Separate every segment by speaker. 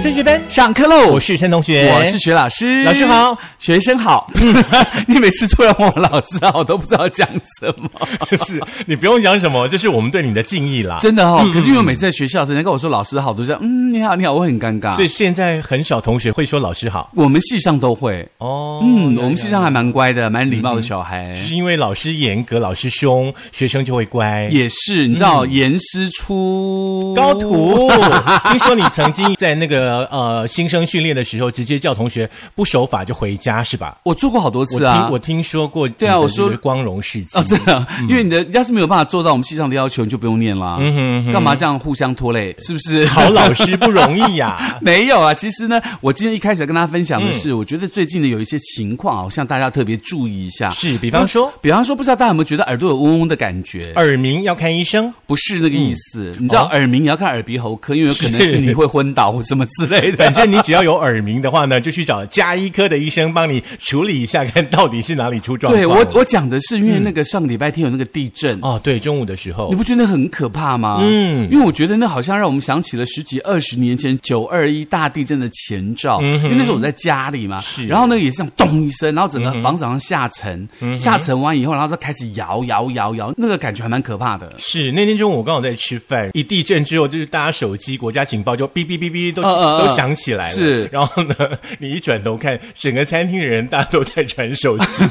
Speaker 1: 升学班，
Speaker 2: 上课喽！
Speaker 1: 我是陈同学，
Speaker 2: 我是学哎老师，嗯
Speaker 1: 老师好，
Speaker 2: 学生好。 你每次突然问我老师好，我都不知道讲什么。
Speaker 1: 是你不用讲什么，这是我们对你的敬意啦。
Speaker 2: 真的哦，可是因为每次在学校，人家跟我说老师好，都是嗯你好你好，我很尴尬
Speaker 1: 所。以现在很少同学会说老师好
Speaker 2: 我们系上都会，
Speaker 1: 哦。
Speaker 2: 嗯，我们系上还蛮乖的，蛮礼貌的小孩。
Speaker 1: 是因为老师严格，老师凶，学生就会乖。
Speaker 2: 也是，你知道严师出
Speaker 1: 高徒， 听说你曾经在那个呃新生训练的时候，直接叫同学不守法就回家是吧？
Speaker 2: 我做过好多
Speaker 1: 我
Speaker 2: 次啊
Speaker 1: 听我。听说过，
Speaker 2: 对啊我说
Speaker 1: 光荣事迹
Speaker 2: 哦，真的，因为你的要是没有办法做到我们系上的要求，你就不用念啦。干嘛这样互相拖累？是不是？
Speaker 1: 好老师不容易 呀。
Speaker 2: 没有啊，其实呢，我今天一开始跟大家分
Speaker 1: 嗯
Speaker 2: 享的是，我觉得最近的有一些情况啊，我向大家特别注意一下。
Speaker 1: 是，比方说
Speaker 2: 比方说，不知道大家有没有觉得耳朵有嗡嗡的感觉？
Speaker 1: 耳鸣要看医生，
Speaker 2: 不是那个意思，你知道
Speaker 1: 哦
Speaker 2: 耳鸣也要看耳鼻喉科，因为有可能是你会昏倒或什么之 类 的。
Speaker 1: 反正你只要有耳鸣的话呢，就去找加医科的医生帮你处理一下，看到底是哪里出状况。嗯
Speaker 2: 对我，我讲的是因为那个上个礼拜天有那个地震。
Speaker 1: 哦，对，中午的时候
Speaker 2: 你不觉得很可怕吗？
Speaker 1: 嗯
Speaker 2: 嗯，因为我觉得那好像让我们想起了十几二十年前九二一大地震的前兆，因为那时候我在家里嘛，
Speaker 1: 嗯是嗯
Speaker 2: 然后呢也是这样咚一声，然后整个房子好像下沉，下沉完以后，然后再开始摇摇摇摇，那个感觉还蛮可怕的。
Speaker 1: 是那天中午我刚好在吃饭，一地震之后，就是大家手机国家警报就哔哔哔哔都、
Speaker 2: 嗯嗯嗯
Speaker 1: 都响起来了。
Speaker 2: 是
Speaker 1: 然后呢，你一转头看，整个餐厅的人大家都在传手 机，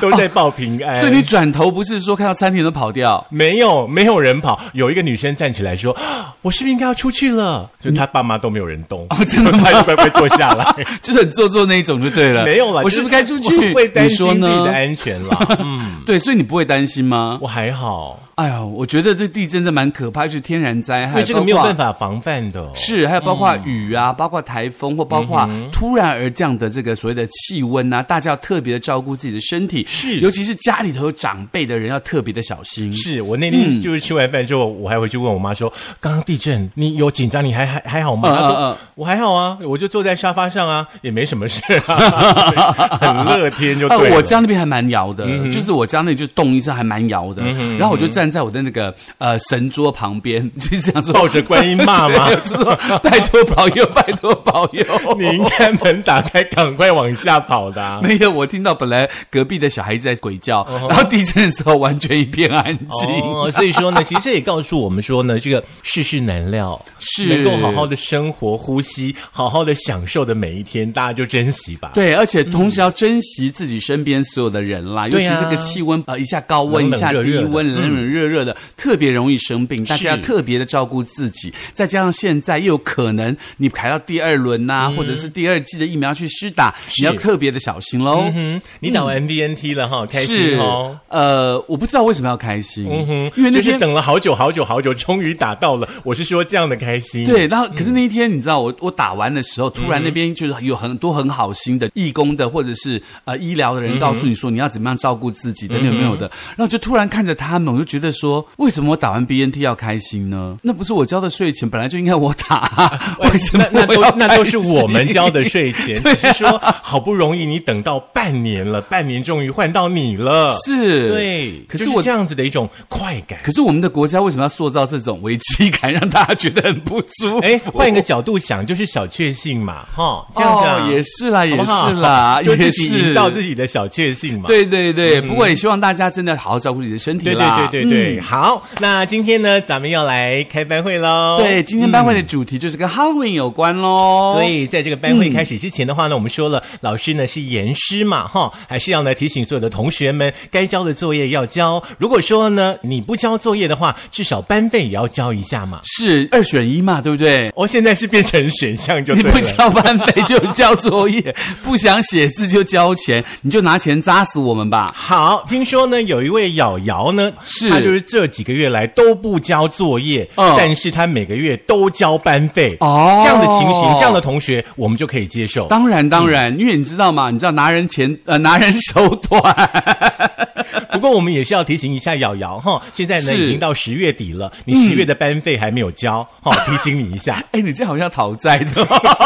Speaker 1: 都在报平安。
Speaker 2: 哦所以你转头不是说看到餐厅都跑掉？
Speaker 1: 没有没有人跑，有一个女生站起来说：“啊我是不是应该要出去了？”就她爸妈都没有人动，
Speaker 2: 哦真的吗
Speaker 1: 她就乖乖坐下来。
Speaker 2: 就是很做作那一种就对 了。
Speaker 1: 没有了，
Speaker 2: 我是不是该出去？
Speaker 1: 会担
Speaker 2: 你
Speaker 1: 心
Speaker 2: 说
Speaker 1: 自己
Speaker 2: 呢
Speaker 1: 的？哎安全 啦。嗯，
Speaker 2: 对，所以你不会担心吗？
Speaker 1: 我还好，
Speaker 2: 哎呀，我觉得这地震真的蛮可怕，就是天然灾
Speaker 1: 因
Speaker 2: 害，
Speaker 1: 为这个没有
Speaker 2: 包括
Speaker 1: 办法防范的。哦
Speaker 2: 是，还有包
Speaker 1: 嗯
Speaker 2: 括雨啊，包括台风或包括突然而降的这个所谓的气温啊，大家要特别的照顾自己的身体，
Speaker 1: 是
Speaker 2: 尤其是家里头有长辈的人要特别的小心。啊
Speaker 1: 是我那
Speaker 2: 嗯
Speaker 1: 天就是吃完饭之后，我还回去问我妈说：“刚刚地震，你有紧张？你还还还好吗？”
Speaker 2: 嗯
Speaker 1: 她
Speaker 2: 嗯
Speaker 1: 说
Speaker 2: 嗯：“
Speaker 1: 我还好啊，我就坐在沙发上啊，也没什么事 啊，很乐天就
Speaker 2: 呃
Speaker 1: 对，
Speaker 2: 我
Speaker 1: 了。”嗯
Speaker 2: 家那边还蛮摇的，就是我家那里就动一下还蛮摇的，然后我就站在我的那个呃神桌旁边， 就是这样说，
Speaker 1: 抱着观音骂吗
Speaker 2: 对就是说拜托保佑，拜托保佑。
Speaker 1: 你应该门打开，赶快往下跑的啊、
Speaker 2: 没有，我听到本来隔壁的小孩子在鬼叫，然后地震的时候完全一片安静。
Speaker 1: 哦，所以说呢，其实这也告诉我们说呢，这个世事难料，
Speaker 2: 是
Speaker 1: 能够好好的生活、呼吸，好好的享受的每一天，大家就珍惜吧。
Speaker 2: 对，而且同时要珍惜自己身边所有的人啦，尤
Speaker 1: 对
Speaker 2: 其
Speaker 1: 啊
Speaker 2: 这个气温呃一下高温
Speaker 1: 冷冷
Speaker 2: 一下
Speaker 1: 热
Speaker 2: 低
Speaker 1: 热的嗯
Speaker 2: 温，冷冷热热的，特别容易生病，大
Speaker 1: 是
Speaker 2: 家要特别的照顾自己。再加上现在又有可能你排到第二轮呐、或者是第二季的疫苗去施打，
Speaker 1: 嗯是
Speaker 2: 你要特别的小心喽。
Speaker 1: 嗯，你打完 BNT 了哈，开
Speaker 2: 是
Speaker 1: 心哦。，
Speaker 2: 呃，我不知道为什么要开心，
Speaker 1: 嗯
Speaker 2: 因为那
Speaker 1: 就是
Speaker 2: 天
Speaker 1: 等了好久好久好久，终于打到了。我是说这样的开心。，
Speaker 2: 对，然后可是那一天，你知道我我打完的时候，突
Speaker 1: 嗯
Speaker 2: 然那边就是有很多很好心的义工的或者是呃医疗的人告诉你说你要怎么样照顾自己等等有没有的，
Speaker 1: 嗯
Speaker 2: 然后就突然看着他们，我就觉得说为什么我打完 BNT 要开心呢？那不是我交的税钱，本来就应该我打 啊，为什么
Speaker 1: 那那
Speaker 2: 我要
Speaker 1: 都那都是
Speaker 2: 开心啊
Speaker 1: 我们交的税 钱，只是说好不容易你等到半年了，半年终于换到你了。
Speaker 2: 是
Speaker 1: 啊对，
Speaker 2: 可
Speaker 1: 就是
Speaker 2: 我
Speaker 1: 这样子的一种快感。
Speaker 2: 可是我们的国家为什么要塑造这种危机感，让大家觉得很不舒服？
Speaker 1: 哎，换一个角度想，就是小确幸嘛，哈，这样子啊
Speaker 2: 哦也是啦，也
Speaker 1: 好不好
Speaker 2: 是啦，
Speaker 1: 就自
Speaker 2: 也
Speaker 1: 己
Speaker 2: 是
Speaker 1: 营造自己的小确幸嘛。
Speaker 2: 对对对，不过也希望大家真的好好照顾自己的身体
Speaker 1: 对
Speaker 2: 啦。
Speaker 1: 对对对对，嗯好，那今天呢，咱们要来开班会喽。
Speaker 2: 对，今天班会的主题就是跟 Halloween 有关喽。
Speaker 1: 所以在这个班会开始之前的话呢，我们说了，老师呢是严师嘛，哈，还是要呢提醒所有的同学们，该交的作业要交。如果说呢你不交作业的话，至少班费也要交一下嘛。
Speaker 2: 是二选一嘛，对不对？
Speaker 1: 哦，现在是变成选项就
Speaker 2: 你
Speaker 1: 对
Speaker 2: 不
Speaker 1: 了。
Speaker 2: 交班费就交作业， 不想写字就交钱，你就拿钱砸死我们吧。
Speaker 1: 好，听说呢，有一位瑶瑶呢，
Speaker 2: 是
Speaker 1: 她就是这几个月来都不交作业，
Speaker 2: 嗯
Speaker 1: 但是她每个月都交班费。
Speaker 2: 哦
Speaker 1: 这样的情形，这样的同学，我们就可以接受。
Speaker 2: 当然，当然，因为你知道吗？你知道拿人钱，呃，拿人手短。
Speaker 1: 不过我们也是要提醒一下瑶瑶哈，现在呢
Speaker 2: 是
Speaker 1: 已经到十月底了，你十月的班费还没有交，哈，提醒你一下。
Speaker 2: 哎，你这好像讨债的，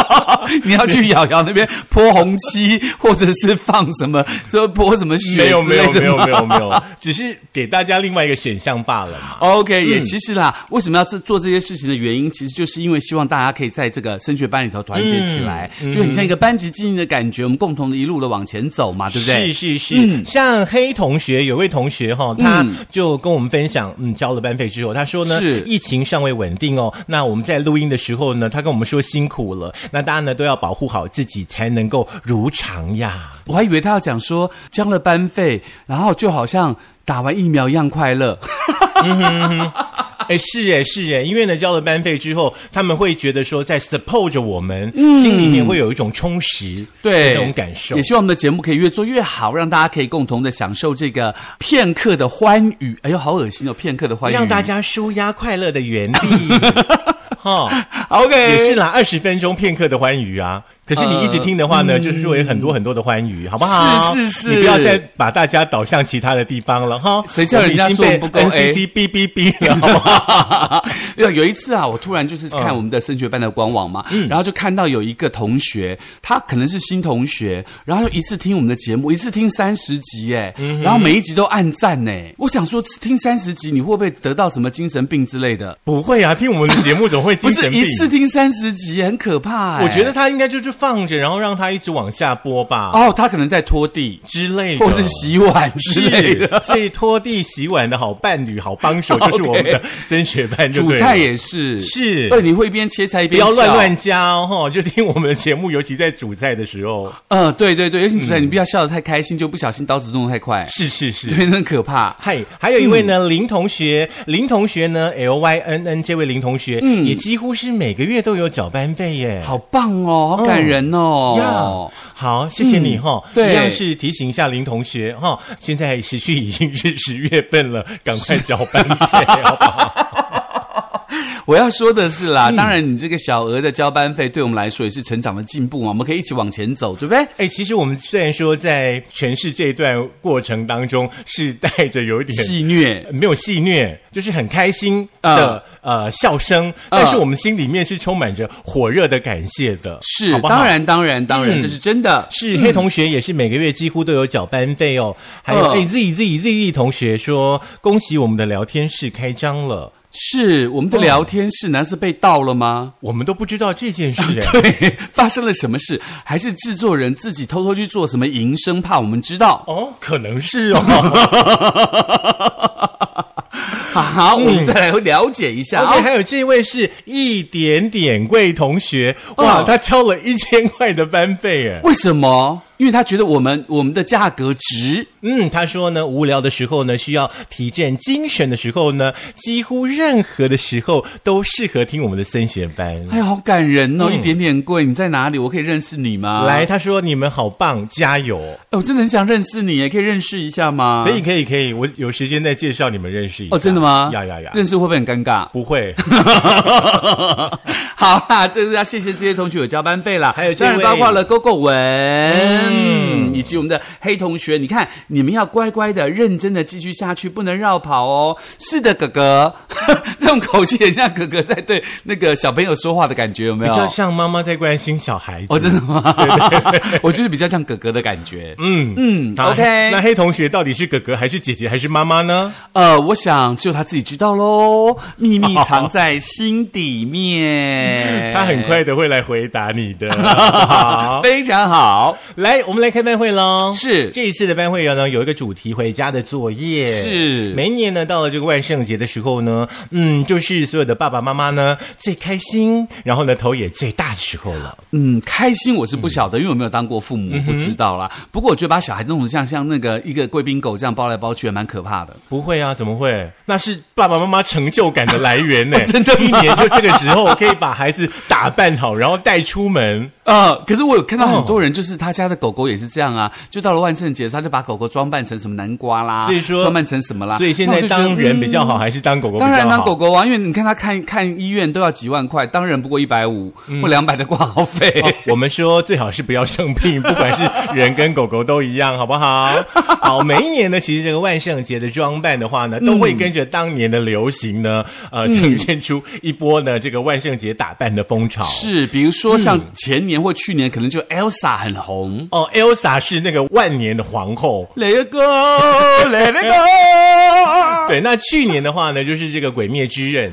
Speaker 2: 你要去瑶瑶那边泼红漆，或者是放什么，说泼什么血
Speaker 1: 没有
Speaker 2: 之
Speaker 1: 没
Speaker 2: 类
Speaker 1: 有
Speaker 2: 的
Speaker 1: 没有
Speaker 2: 吗
Speaker 1: 没有没有， 只是给大家另外一个选项罢了嘛。
Speaker 2: OK，也其实啦，为什么要做做这些事情的原因，其实就是因为希望大家可以在这个升学班里头团结起来，
Speaker 1: 嗯
Speaker 2: 就很像一个班级经营的感觉，我们共同的一路的往前走嘛，对不对？
Speaker 1: 是是是，嗯像黑同学有位同学哈、他就跟我们分享，嗯，交了班费之后，他说呢
Speaker 2: 是，
Speaker 1: 疫情尚未稳定哦。那我们在录音的时候呢，他跟我们说辛苦了，那大家呢都要保护好自己，才能够如常呀。
Speaker 2: 我还以为他要讲说交了班费，然后就好像打完疫苗一样 快乐。
Speaker 1: 哎，是哎，是哎，因为呢，交了班费之后，他们会觉得说在 support 着我们，心里面会有一种充实，
Speaker 2: 对，
Speaker 1: 那种感受
Speaker 2: 也。希望我们的节目可以越做越好，让大家可以共同的享受这个片刻的欢愉。哎呦，好恶心哦！片刻的欢愉，
Speaker 1: 让大家舒压快乐的原 地。哈、
Speaker 2: OK
Speaker 1: 也是啦，二十分钟片刻的欢愉啊。可是你一直听的话呢，就是说有很多很多的欢愉，好不好？
Speaker 2: 嗯是是是
Speaker 1: 你不要再把大家导向其他的地方了哈。
Speaker 2: 谁叫人家说我们不够 A
Speaker 1: NCC B B B 了， 好不好？
Speaker 2: 有有一次啊，我突然
Speaker 1: 嗯
Speaker 2: 就是看我们的升学班的官网嘛，然后就看到有一个同学，他可能是新同学，然后就一次听我们的节目，一次听三十集，哎、
Speaker 1: 嗯
Speaker 2: 然后每一集都按赞呢。我想说，听三十集你会不会得到什么精神病之类的？
Speaker 1: 不会啊，听我们的节目总会精
Speaker 2: 不是
Speaker 1: 神病
Speaker 2: 一。次听三十集，很可怕、哎
Speaker 1: 我觉得他应该就是放着，然后让他一直往下播吧，
Speaker 2: 哦，他可能在拖地
Speaker 1: 之类的，
Speaker 2: 或是洗碗之类的。
Speaker 1: 是 所以拖地洗碗的好伴侣、好帮 手就是我们的
Speaker 2: OK
Speaker 1: 森学班就
Speaker 2: 煮
Speaker 1: 对了，
Speaker 2: 菜也是
Speaker 1: 是
Speaker 2: 对，你会一边切菜一
Speaker 1: 不
Speaker 2: 边
Speaker 1: 要乱
Speaker 2: 笑
Speaker 1: 乱。加哦，吼就听我们的节目，尤其在煮菜的时候，
Speaker 2: 嗯、对对对，尤其煮菜，你不要笑得太开心，就不小心刀子弄得太快，
Speaker 1: 是是是。
Speaker 2: 对，那嗯很可怕。
Speaker 1: 嗨，还有一位呢，林同学，林同学呢，L Y N N 这位林同学，
Speaker 2: 嗯
Speaker 1: 也几乎是每个月都有缴班费耶。
Speaker 2: 好棒
Speaker 1: 嗯
Speaker 2: 哦，好感人哦。
Speaker 1: 呀，好，谢谢你哈。
Speaker 2: 对
Speaker 1: 一样是提醒一下林同学哈，现在时序已经是十月份了，赶 快缴班费，哦好不好？
Speaker 2: 我要说的是
Speaker 1: 嗯
Speaker 2: 啦，当然你这个小额的交班费对我们来说也是成长的进步嘛，我们可以一起往前走，对不对？
Speaker 1: 哎，其实我们虽然说在诠释这一段过程当中是带着有一点
Speaker 2: 戏虐。
Speaker 1: 没有戏虐，就是很开心的、
Speaker 2: 嗯
Speaker 1: 呃笑声，但是我们心里面是充满着火热的感谢的，
Speaker 2: 是
Speaker 1: 好，不好
Speaker 2: 当。然，嗯当然，当
Speaker 1: 嗯
Speaker 2: 然，这是真的。
Speaker 1: 是黑同学也是每个月几乎都有缴班费哦，还有
Speaker 2: 嗯
Speaker 1: A Z Z Z Z 同学说恭喜我们的聊天室开张了，
Speaker 2: 是我们的聊天室，难道是被盗了吗？
Speaker 1: 我们都不知道这件事哎、
Speaker 2: 啊对，发生了什么事？还是制作人自己偷偷去做什么营生，怕我们知道？
Speaker 1: 哦，可能是 哦。
Speaker 2: 好，我们再来了解一下啊
Speaker 1: 嗯 OK，。还有这位是一点点贵同学，哇，
Speaker 2: 嗯
Speaker 1: 他交了一千块的班费哎。
Speaker 2: 为什么？因为他觉得我们我们的价格值
Speaker 1: 嗯，他说呢，无聊的时候呢，需要提振精神的时候呢，几乎任何的时候都适合听我们的森学班。
Speaker 2: 哎呀，好感人哦！一点点贵，你在哪里？我可以认识你吗？
Speaker 1: 嗯来，
Speaker 2: 哎，
Speaker 1: 他说你们好棒，加油！
Speaker 2: 我真的很想认识你耶，可以认识一下吗？
Speaker 1: 可以，可以，可以，我有时间再介绍你们认识一下。
Speaker 2: 啊哦，真的吗？
Speaker 1: 呀呀呀，
Speaker 2: 认识会不会很 尴尬？
Speaker 1: 不会，
Speaker 2: 好啦，这是要谢谢这些同学有交班费啦，
Speaker 1: 还有这
Speaker 2: 当
Speaker 1: 位嗯
Speaker 2: 然包括了勾勾文，以及我们的黑同学。你看，你们要乖乖的、认真的继续下去，不能绕跑哦。是的，哥哥， 这种口气很像哥哥在对那个小朋友说话的感觉，有没
Speaker 1: 比
Speaker 2: 有？
Speaker 1: 较像妈妈在关心小孩子。
Speaker 2: 哦，真的吗？ 我就是比较像哥哥的感觉。
Speaker 1: 嗯嗯
Speaker 2: ，OK
Speaker 1: 那黑同学到底是哥哥还是姐姐还是妈妈呢？
Speaker 2: 呃，我想只有他自己知道喽，秘密藏在心底 面。
Speaker 1: 他很快的会来回答你 的。好， 哦
Speaker 2: 非常好，
Speaker 1: 来，我们来开班会喽。
Speaker 2: 是
Speaker 1: 这一次的班会呢，有一个主题“回家的作业”。
Speaker 2: 是
Speaker 1: 每一年呢，到了这个万圣节的时候呢，嗯，就是所有的爸爸妈妈呢最开心，然后呢头也最大的时候了。
Speaker 2: 嗯，开心我是不晓得，因为我没有当过父母，我
Speaker 1: 嗯
Speaker 2: 不知道啦。不过我觉得把小孩弄得像像那个一个贵宾狗这样包来包去，也蛮可怕的。
Speaker 1: 不会啊，怎么会？那是爸爸妈妈成就感的来源呢、
Speaker 2: 真的吗
Speaker 1: 一 年就这个时候可以把孩子打扮好，然后带出门。
Speaker 2: 呃，可是我有看到很多人，就是他家的狗狗也是这样啊，就到了万圣节，他就把狗狗装扮成什么南瓜啦，
Speaker 1: 所以说
Speaker 2: 装扮成什么啦，
Speaker 1: 所以现
Speaker 2: 那
Speaker 1: 在
Speaker 2: 我就觉得
Speaker 1: 当人比较好，
Speaker 2: 嗯
Speaker 1: 还是当狗狗比较
Speaker 2: 当
Speaker 1: 好？
Speaker 2: 然当狗狗啊，因为你看他看看医院都要几万块，当然不过一百五或两百的挂号费。
Speaker 1: 哦我们说最好是不要生病，不管是人跟狗狗都一样，好不好？好，每一年呢，其实这个万圣节的装扮的话呢，都会跟着当年的流行呢，呃，呈现出一波呢这个万圣节打扮的风潮。
Speaker 2: 是，比如说像前年或去年，可能就 Elsa 很红。
Speaker 1: 哦，Elsa 是那个万年的皇后。
Speaker 2: Let it go，Let it go。
Speaker 1: 对，那去年的话呢，就是这个《鬼灭之刃》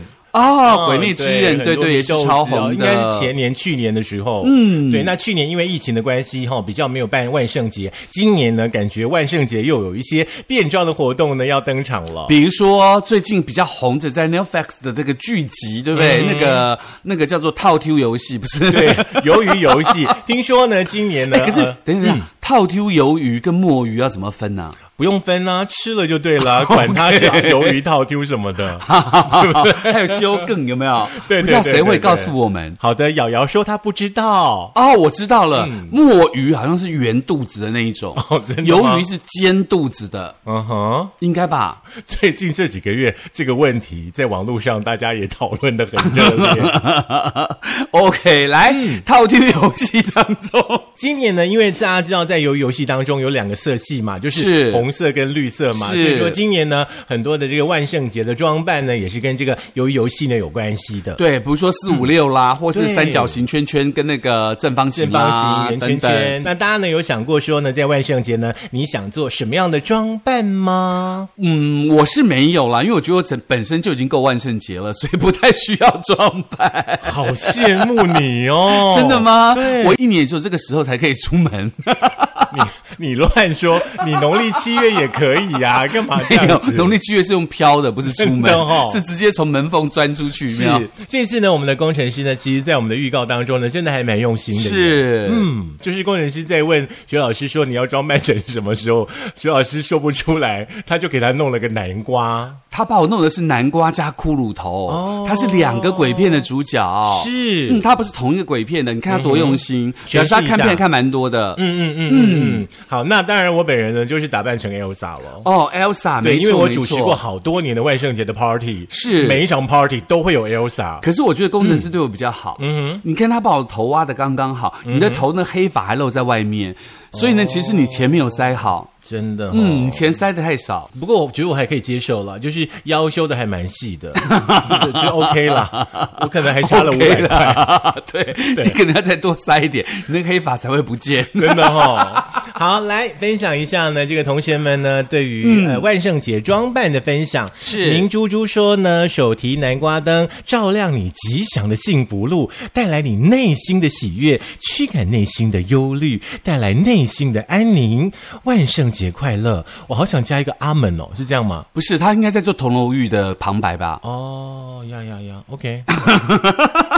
Speaker 1: 哦
Speaker 2: 哦，鬼灭之刃，
Speaker 1: 很
Speaker 2: 对
Speaker 1: 多
Speaker 2: 对，也是啊
Speaker 1: 豆子
Speaker 2: 超
Speaker 1: 哦
Speaker 2: 红的，
Speaker 1: 应该是前年、去年的时候。嗯，对，那去年因为疫情的关系，哈，比较没有办万圣节。今年呢，感觉万圣节又有一些变装的活动呢要登场了。
Speaker 2: 比如说最近比较红着在 Netflix 的这个剧集，对不对？那个那个叫做套 Q 游戏，不是？
Speaker 1: 对，鱿鱼游戏，听说呢，今年呢，
Speaker 2: 哎。可是
Speaker 1: 呃
Speaker 2: 等一下等一下，套 Q 鱿鱼跟墨鱼要怎么分呢、
Speaker 1: 不用分啊，吃了就对 了，管他是鱿鱼套丢什么的。
Speaker 2: 还有修更有没有？
Speaker 1: 对对对
Speaker 2: 不知道谁
Speaker 1: 对
Speaker 2: 会
Speaker 1: 对
Speaker 2: 告诉我们。
Speaker 1: 好的，瑶瑶说她不知道。
Speaker 2: 哦，我知道了，墨鱼好像是圆肚子的那一种，
Speaker 1: 嗯哦真的吗
Speaker 2: 鱿鱼是尖肚子的，
Speaker 1: 嗯哼，
Speaker 2: 应该吧？
Speaker 1: 最近这几个月这个问题在网络上大家也讨论的很热烈。
Speaker 2: OK，来、
Speaker 1: 嗯
Speaker 2: 套 Q 游戏当 中，
Speaker 1: 今年呢，因为大家知道在游游戏当中有两个色系嘛，就是
Speaker 2: 是
Speaker 1: 红色跟绿色嘛，所
Speaker 2: 是
Speaker 1: 以说今年呢，很多的这个万圣节的装扮呢，也是跟这个游游戏呢有关系的。
Speaker 2: 对，比如说四五六啦，或是
Speaker 1: 对
Speaker 2: 三角形、圈圈跟那个正方
Speaker 1: 正
Speaker 2: 形啦
Speaker 1: 方形、圆
Speaker 2: 等
Speaker 1: 圈
Speaker 2: 等。
Speaker 1: 圈。那大家呢有想过说呢，在万圣节呢，你想做什么样的装扮吗？
Speaker 2: 嗯，我是没有啦，因为我觉得我本本身就已经够万圣节了，所以不太需要装扮。
Speaker 1: 好羡慕你哦！
Speaker 2: 真的吗？
Speaker 1: 对，
Speaker 2: 我一年只有这个时候才可以出门。
Speaker 1: 你你乱说，你农历七月也可以 呀、干嘛这
Speaker 2: 没有
Speaker 1: 样，子？
Speaker 2: 农历七月是用飘的，不是出
Speaker 1: 真
Speaker 2: 门，
Speaker 1: 的 哦
Speaker 2: 是直接从门缝钻出去，有没有
Speaker 1: 是这次呢，我们的工程师呢，其实在我们的预告当中呢，真的还蛮用心的。
Speaker 2: 是，嗯，
Speaker 1: 嗯，就是工程师在问徐老师说你要装扮成什么时候， 徐老师说不出来，他就给他弄了个南瓜。
Speaker 2: 他把我弄的是南瓜加骷髅头，
Speaker 1: 哦
Speaker 2: 他是两个鬼片的主角，
Speaker 1: 是嗯
Speaker 2: 嗯，他不是同一个鬼片的，你看他多用心，表示他
Speaker 1: 诠释一下
Speaker 2: 看片看蛮多的，嗯，
Speaker 1: 嗯嗯嗯嗯，好，那当然我本人呢就是打扮成 Elsa 了。
Speaker 2: 哦，Elsa，
Speaker 1: 对，
Speaker 2: 没
Speaker 1: 因为
Speaker 2: 错，
Speaker 1: 我
Speaker 2: 没
Speaker 1: 主持
Speaker 2: 错
Speaker 1: 过。好多年的万圣节的 party，
Speaker 2: 是
Speaker 1: 每一场 party 都会有 Elsa。
Speaker 2: 可是我觉得工程师对我比较好，嗯哼，你看他把我头挖的刚刚好，
Speaker 1: 嗯
Speaker 2: 你的头呢黑发还露在外面，所以呢，其实你前面有塞好，
Speaker 1: 真哦的、哦，
Speaker 2: 嗯，你前塞的太少，
Speaker 1: 不过我觉得我还可以接受了，就是腰修的还蛮细的， 就就 OK 啦。我可能还差了五
Speaker 2: OK
Speaker 1: 百块。
Speaker 2: 啦，对，你可能要再多塞一点，你那个黑发才会不 见。
Speaker 1: 真的哦。好，来分享一下呢，这个同学们呢对于、呃万圣节装扮的分享。
Speaker 2: 嗯是
Speaker 1: 明珠珠说呢，手提南瓜灯照亮你吉祥的幸福路，带来你内心的喜悦，驱赶内心的忧虑，带来内心的安宁。万圣节快乐！我好想加一个阿门哦，是这样吗？
Speaker 2: 不是，他应该在做《铜锣玉》的旁白吧？
Speaker 1: 哦，呀呀呀，OK，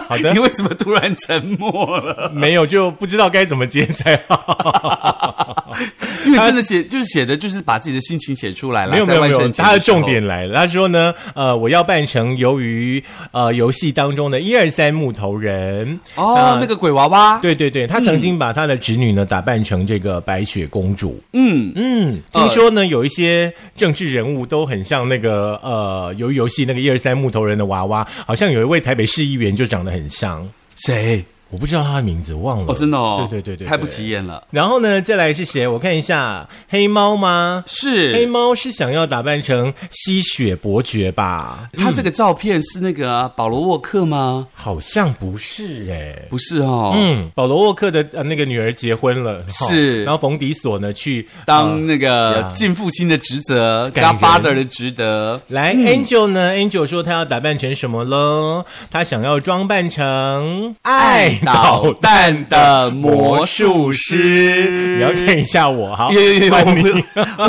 Speaker 1: 好的
Speaker 2: 你。为什么突然沉默了？
Speaker 1: 没有就不知道该怎么接才好，
Speaker 2: 因为真的写就是写的，就是把自己的心情写出来了。
Speaker 1: 没有没
Speaker 2: 在
Speaker 1: 有没
Speaker 2: 万
Speaker 1: 有，
Speaker 2: 圣节
Speaker 1: 他的
Speaker 2: 时候
Speaker 1: 重点来了。他说呢，呃，我要扮成由于呃游戏当中的一二三木头人。
Speaker 2: 哦，那个鬼娃娃，
Speaker 1: 对对对，他曾经把他的侄女呢打扮成这个白雪公主。嗯嗯，
Speaker 2: 呃
Speaker 1: 听说呢有一些政治人物都很像那个呃，由于游戏那个一二三木头人的娃娃，好像有一位台北市议员就长得很像，
Speaker 2: 谁？
Speaker 1: 我不知道他的名字，忘了。
Speaker 2: 哦，真的哦，
Speaker 1: 对对对对，
Speaker 2: 太不起。眼了。
Speaker 1: 然后呢，再来是谁？我看一下，黑猫吗？黑
Speaker 2: 是
Speaker 1: 猫是想要打扮成吸血伯爵吧？
Speaker 2: 他这个照片是那个啊保罗沃克吗？
Speaker 1: 好像不是哎、
Speaker 2: 不是哦，
Speaker 1: 嗯，保罗沃克的呃那个女儿结婚了，哈
Speaker 2: 是
Speaker 1: 然后冯迪索呢去呃
Speaker 2: 当那个
Speaker 1: 呀
Speaker 2: 尽父亲的职责
Speaker 1: 感人
Speaker 2: ，Godfather 的职责。
Speaker 1: 来、Angel 呢？Angel 说她要打扮成什么喽？她想要装扮成
Speaker 2: 爱捣蛋的魔术师，
Speaker 1: 你要看一下我好，
Speaker 2: 有有有，我
Speaker 1: 换
Speaker 2: 没
Speaker 1: 你
Speaker 2: 有，因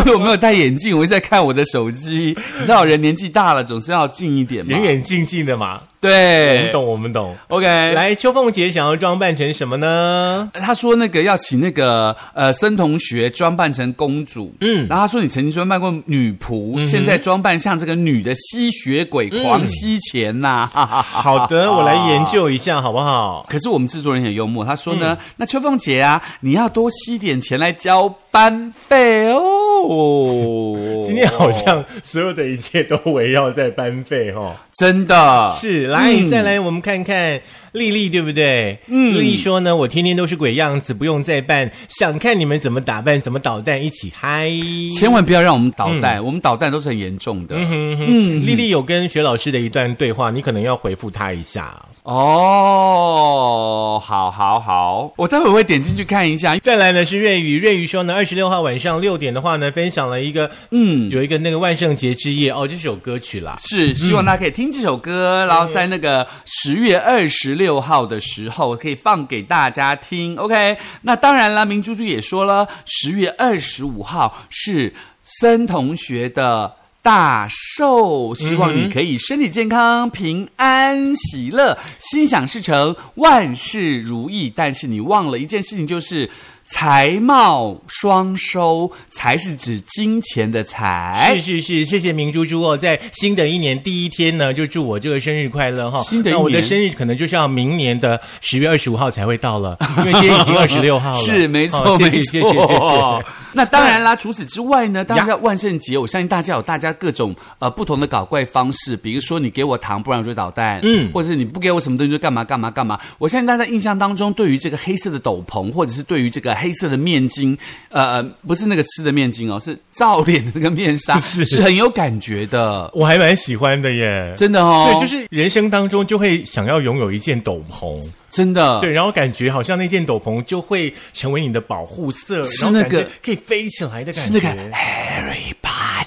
Speaker 2: 为我没有戴眼镜，我一直在看我的手机。你知道人年纪大了，总是要近一点嘛
Speaker 1: 远。远近近的嘛。我们
Speaker 2: 对
Speaker 1: 懂，我们懂。
Speaker 2: ，OK，
Speaker 1: 来，邱凤姐想要装扮成什么呢？
Speaker 2: 他说那个要请那个呃森同学装扮成公主，嗯，然后他说你曾经装扮过女
Speaker 1: 嗯
Speaker 2: 仆，现在装扮像这个女的吸血鬼，狂吸钱呐、哈哈哈。
Speaker 1: 好的，我来研究一下，好不好？
Speaker 2: 可是我们制作人很幽默，他说
Speaker 1: 嗯
Speaker 2: 呢，那秋凤姐啊，你要多吸点钱来交班费哦。
Speaker 1: 今天好像所有的一切都围绕在班费哦。
Speaker 2: 真 的
Speaker 1: 是，来、再来，我们看看丽丽对不对？嗯，丽丽说呢，我天天都是鬼样子，不用再扮，想看你们怎么打扮，怎么捣蛋，一起嗨。
Speaker 2: 千万不要让我们捣蛋，我们捣蛋都是很严重的。
Speaker 1: 嗯，丽丽有跟学老师的一段对话，你可能要回复她一下。
Speaker 2: 哦，好好好，我待会会点进去看一下。
Speaker 1: 再来呢是瑞宇，瑞宇说呢，二十六号晚上六点的话呢，分享了一个，嗯，有一个那个万圣节之夜哦，这首歌曲啦。
Speaker 2: 是，希望大家可以听这首歌，然后在那个十月二十六号的时候可以放给大家听。OK，那当然啦，明珠珠也说了，十月二十五号是森同学的。大寿，希望你可以身体健康、平安、喜乐、心想事成、万事如意。但是你忘了一件事情，就是财貌双收，财是指金钱的财。
Speaker 1: 是是是，谢谢明珠珠哦，在新的一年第一天呢，就祝我这个生日快乐哈、
Speaker 2: 新的一
Speaker 1: 那我的
Speaker 2: 年
Speaker 1: 生日可能就是要明年的十月二十五号才会到 了，因为今天已经二十六号了。
Speaker 2: 是没
Speaker 1: 哦
Speaker 2: 错，
Speaker 1: 谢
Speaker 2: 没
Speaker 1: 谢
Speaker 2: 错，
Speaker 1: 谢谢谢谢。。
Speaker 2: 那当然啦，除此之外呢，当然
Speaker 1: 呀
Speaker 2: 在万圣节，我相信大家有大家各种呃不同的搞怪方式，比如说你给我糖，不然我就捣蛋，嗯，或者是你不给我什么东西就干嘛干嘛干嘛。我相信大家印象当中，对于这个黑色的斗篷，或者是对于这个黑色的面巾，呃，呃不是那个吃的面巾哦，是罩脸的那个面纱，
Speaker 1: 是
Speaker 2: 是很有感觉的，
Speaker 1: 我还蛮喜欢的耶。
Speaker 2: 真的哦，
Speaker 1: 对，就是人生当中就会想要拥有一件斗篷，
Speaker 2: 真的，
Speaker 1: 对，然后感觉好像那件斗篷就会成为你的保护色，
Speaker 2: 是
Speaker 1: 然后
Speaker 2: 那
Speaker 1: 感觉
Speaker 2: 个
Speaker 1: 可以飞起来的感
Speaker 2: 是
Speaker 1: 觉，
Speaker 2: 那个 Harry Potter。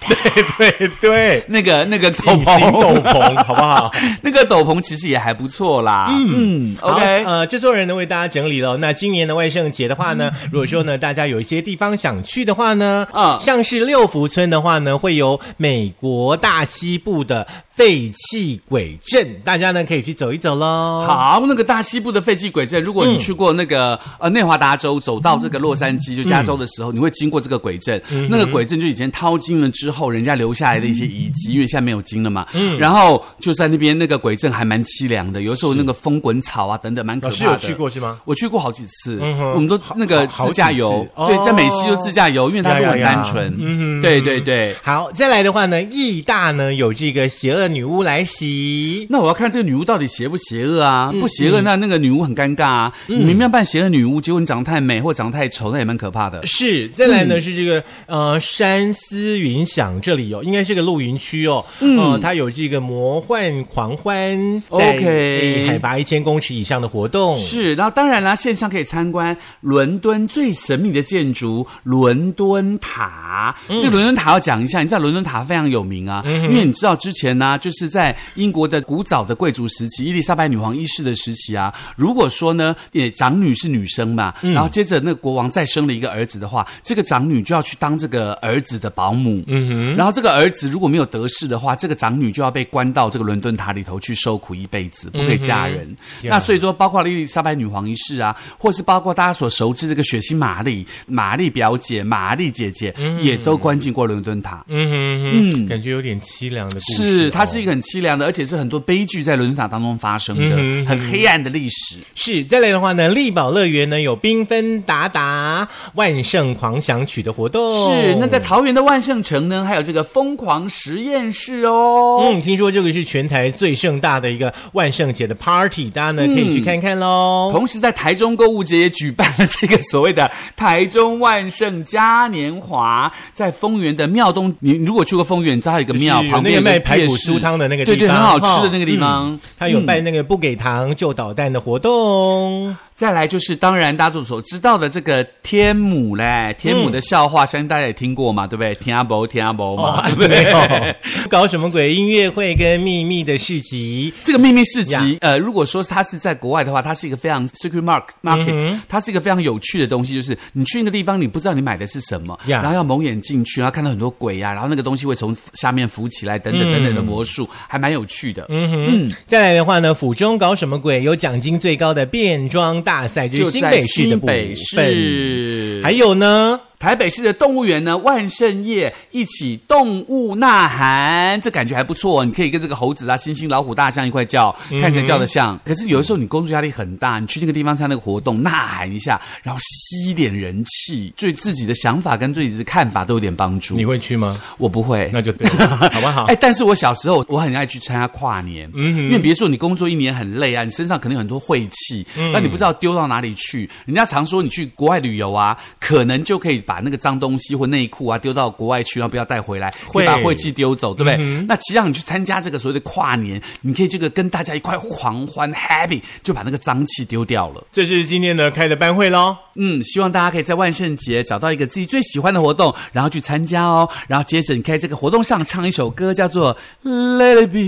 Speaker 1: 对对，
Speaker 2: 那个那个斗
Speaker 1: 隐形
Speaker 2: 篷，
Speaker 1: 斗篷，好不好？
Speaker 2: 那个斗篷其实也还不错啦。嗯
Speaker 1: 好
Speaker 2: ，OK，
Speaker 1: 呃，制作人呢为大家整理了。那今年的万圣节的话呢，如果说呢大家有一些地方想去的话呢，
Speaker 2: 嗯
Speaker 1: 像是六福村的话呢，会有美国大西部的废弃鬼镇，大家呢可以去走一走喽。，
Speaker 2: 好，那个大西部的废弃鬼镇，如果你去过那个、
Speaker 1: 嗯
Speaker 2: 呃内华达州，走到这个洛杉矶就加州的时候，你会经过这个鬼镇。
Speaker 1: 嗯
Speaker 2: 那个鬼镇就以前淘金了之后，人家留下来的一些遗
Speaker 1: 嗯
Speaker 2: 迹，因为现在没有金了嘛。然后就在那边那个鬼镇还蛮凄凉的，有时候那个风滚草啊等等，蛮可
Speaker 1: 老
Speaker 2: 怕的。
Speaker 1: 师有去过是吗？
Speaker 2: 我去过好几次，
Speaker 1: 嗯哼
Speaker 2: 我们都那个
Speaker 1: 好好
Speaker 2: 自驾游
Speaker 1: 几，次哦
Speaker 2: 对，在美西就自驾游，因为它
Speaker 1: 呀
Speaker 2: 路
Speaker 1: 呀
Speaker 2: 很
Speaker 1: 呀嗯
Speaker 2: 单纯，对对对。
Speaker 1: 好，再来的话呢，义大呢有这个邪恶女巫来袭。
Speaker 2: 那我要看这个女巫到底邪不邪恶啊？不邪恶，那那个女巫很尴尬啊。你明明要扮邪恶女巫，结果你长得太美或长得太丑，那也蛮可怕的。
Speaker 1: 是，再来呢、
Speaker 2: 嗯
Speaker 1: 是这个呃山思云想这里有、应该是个露营区哦，嗯、它有这个魔幻狂欢在
Speaker 2: OK
Speaker 1: 呃海拔一千公尺以上的活动。
Speaker 2: 是，然后当然啦，线上可以参观伦敦最神秘的建筑——伦敦塔。这个伦敦塔要讲一下，你知道伦敦塔非常有名啊，因为你知道之前呢、就是在英国的古早的贵族时期，伊丽莎白女皇一世的时期啊，如果说呢，也长女是女生嘛，然后接着那个国王再生了一个儿子的话，这个长女就要去当这个儿子的保姆。嗯哼，然后这个儿子如果没有得势的话，这个长女就要被关到这个伦敦塔里头去受苦一辈子，不可
Speaker 1: 嗯
Speaker 2: 以嫁人。那所以说，包括伊丽莎白女皇一世啊，或是包括大家所熟知这个血腥玛丽、玛丽表姐、玛丽姐姐，也都关进过伦敦塔。
Speaker 1: 嗯哼哼，感觉有点凄凉的故事、哦
Speaker 2: 是，它是
Speaker 1: 个、
Speaker 2: 一个很凄凉的，而且是很多悲剧在伦敦塔当中发生的，
Speaker 1: 嗯
Speaker 2: 很黑暗的历史。
Speaker 1: 是。再来的话呢，力宝乐园呢有缤纷达达万圣狂想曲的活动。
Speaker 2: 是，那在桃园的万圣城呢，还有这个疯狂实验室哦。
Speaker 1: 嗯，听说这个是全台最盛大的一个万圣节的 party，大家呢可以
Speaker 2: 嗯
Speaker 1: 去看看喽。
Speaker 2: 同时，在台中购物节也举办了这个所 谓的台中万圣嘉年华，在丰原的庙东，你你如果去过丰原，你知道它有一个庙
Speaker 1: 就是有
Speaker 2: 旁
Speaker 1: 那
Speaker 2: 边
Speaker 1: 个
Speaker 2: 有
Speaker 1: 卖
Speaker 2: 个
Speaker 1: 排
Speaker 2: 夜
Speaker 1: 骨
Speaker 2: 市
Speaker 1: 酥汤的那个地
Speaker 2: 对
Speaker 1: 方，
Speaker 2: 对，很好吃
Speaker 1: 哈
Speaker 2: 的那个地方。
Speaker 1: 嗯他有办那个不给糖就捣蛋的活动。
Speaker 2: 再来就是，当然大家所知道的这个天母嘞，天母
Speaker 1: 嗯
Speaker 2: 的笑话，相信大家也听过嘛，对不对？天阿伯，天阿伯嘛， 对不
Speaker 1: 哦没
Speaker 2: 对？
Speaker 1: 有 搞什么鬼音乐会跟秘密的市集。
Speaker 2: 这个秘密市
Speaker 1: 呀
Speaker 2: 集，呃，如果说它是在国外的话，它是一个非常 secret mark
Speaker 1: 嗯
Speaker 2: market，、它是一个非常有趣的东西，就是你去那个地方，你不知道你买的是什么
Speaker 1: 呀
Speaker 2: 然后要蒙眼进去，然后看到很多鬼啊，然后那个东西会从下面浮起来，等等等等的魔术，还蛮有趣的。
Speaker 1: 嗯，再来的话呢，府中搞什么鬼？有奖金最高的变装大赛，这
Speaker 2: 就是
Speaker 1: 新
Speaker 2: 在
Speaker 1: 北市的
Speaker 2: 新
Speaker 1: 部
Speaker 2: 北
Speaker 1: 分。
Speaker 2: 市，
Speaker 1: 还有呢，
Speaker 2: 台北市的动物园呢，万圣夜一起动物呐喊，这感觉还不错、哦。你可以跟这个猴子啊、猩猩、老虎、大象一块叫，
Speaker 1: 嗯
Speaker 2: 看谁叫得像。可是有的时候你工作压力很大，你去那个地方参加那个活动，呐喊一下，然后吸一点人气，对自己的想法跟对自己的看法都有点帮助
Speaker 1: 你。会去吗？
Speaker 2: 我不会，
Speaker 1: 那就对了， 好不好嗯
Speaker 2: 哎、？但是我小时候我很爱去参加跨年，因为比如说你工作一年很累啊，你身上可能有很多晦气，
Speaker 1: 嗯
Speaker 2: 那、你不知道丢到哪里去。人家常说你去国外旅游啊，可能就可以把那个脏东西或内裤啊丢到国外去，然后不要带回来，可
Speaker 1: 会嗯
Speaker 2: 以把晦气丢走，对不对？那其实让你去参加这个所谓的跨年，你可以这个跟大家一块狂欢 happy，就把那个脏气丢掉了。
Speaker 1: 这是今天的开的班会喽。
Speaker 2: 嗯，希望大家可以在万圣节找到一个自己最喜欢的活动，然后去参加哦。然后接着你可以在这个活动上唱一首歌，叫做《Let It Be》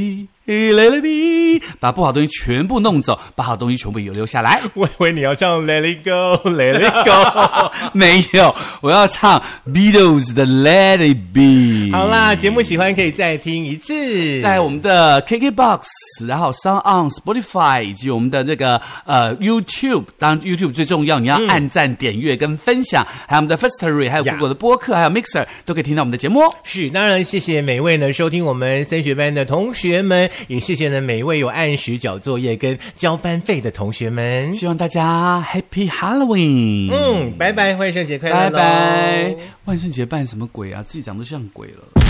Speaker 2: ，Let It Be，把不好的东西全部弄走，把好东西全部留 下来。
Speaker 1: 我以为你要唱 Let It Go，Let It Go。
Speaker 2: 没有，我要唱 Beatles 的《Let It Be》。
Speaker 1: 好啦，节目喜欢可以再听一次。
Speaker 2: 在我们的 KKBox，然后 Sound on Spotify 以及我们的这个呃 YouTube，当然 YouTube 最重要，你要
Speaker 1: 嗯
Speaker 2: 按赞、点阅跟分享，还有我们的 Firstory，还有
Speaker 1: 呀
Speaker 2: Google 的播客，还有 Mixer 都可以听到我们的节目哦。
Speaker 1: 是，当然谢谢每位呢收听我们升学班的同学们，也谢谢呢每位有按时缴作业跟交班费的同学们。嗯
Speaker 2: 希望大家 Happy Halloween，、
Speaker 1: 嗯，拜拜，万圣节快乐
Speaker 2: 拜
Speaker 1: 喽！
Speaker 2: 拜。万圣节扮什么鬼啊？自己长得像鬼了。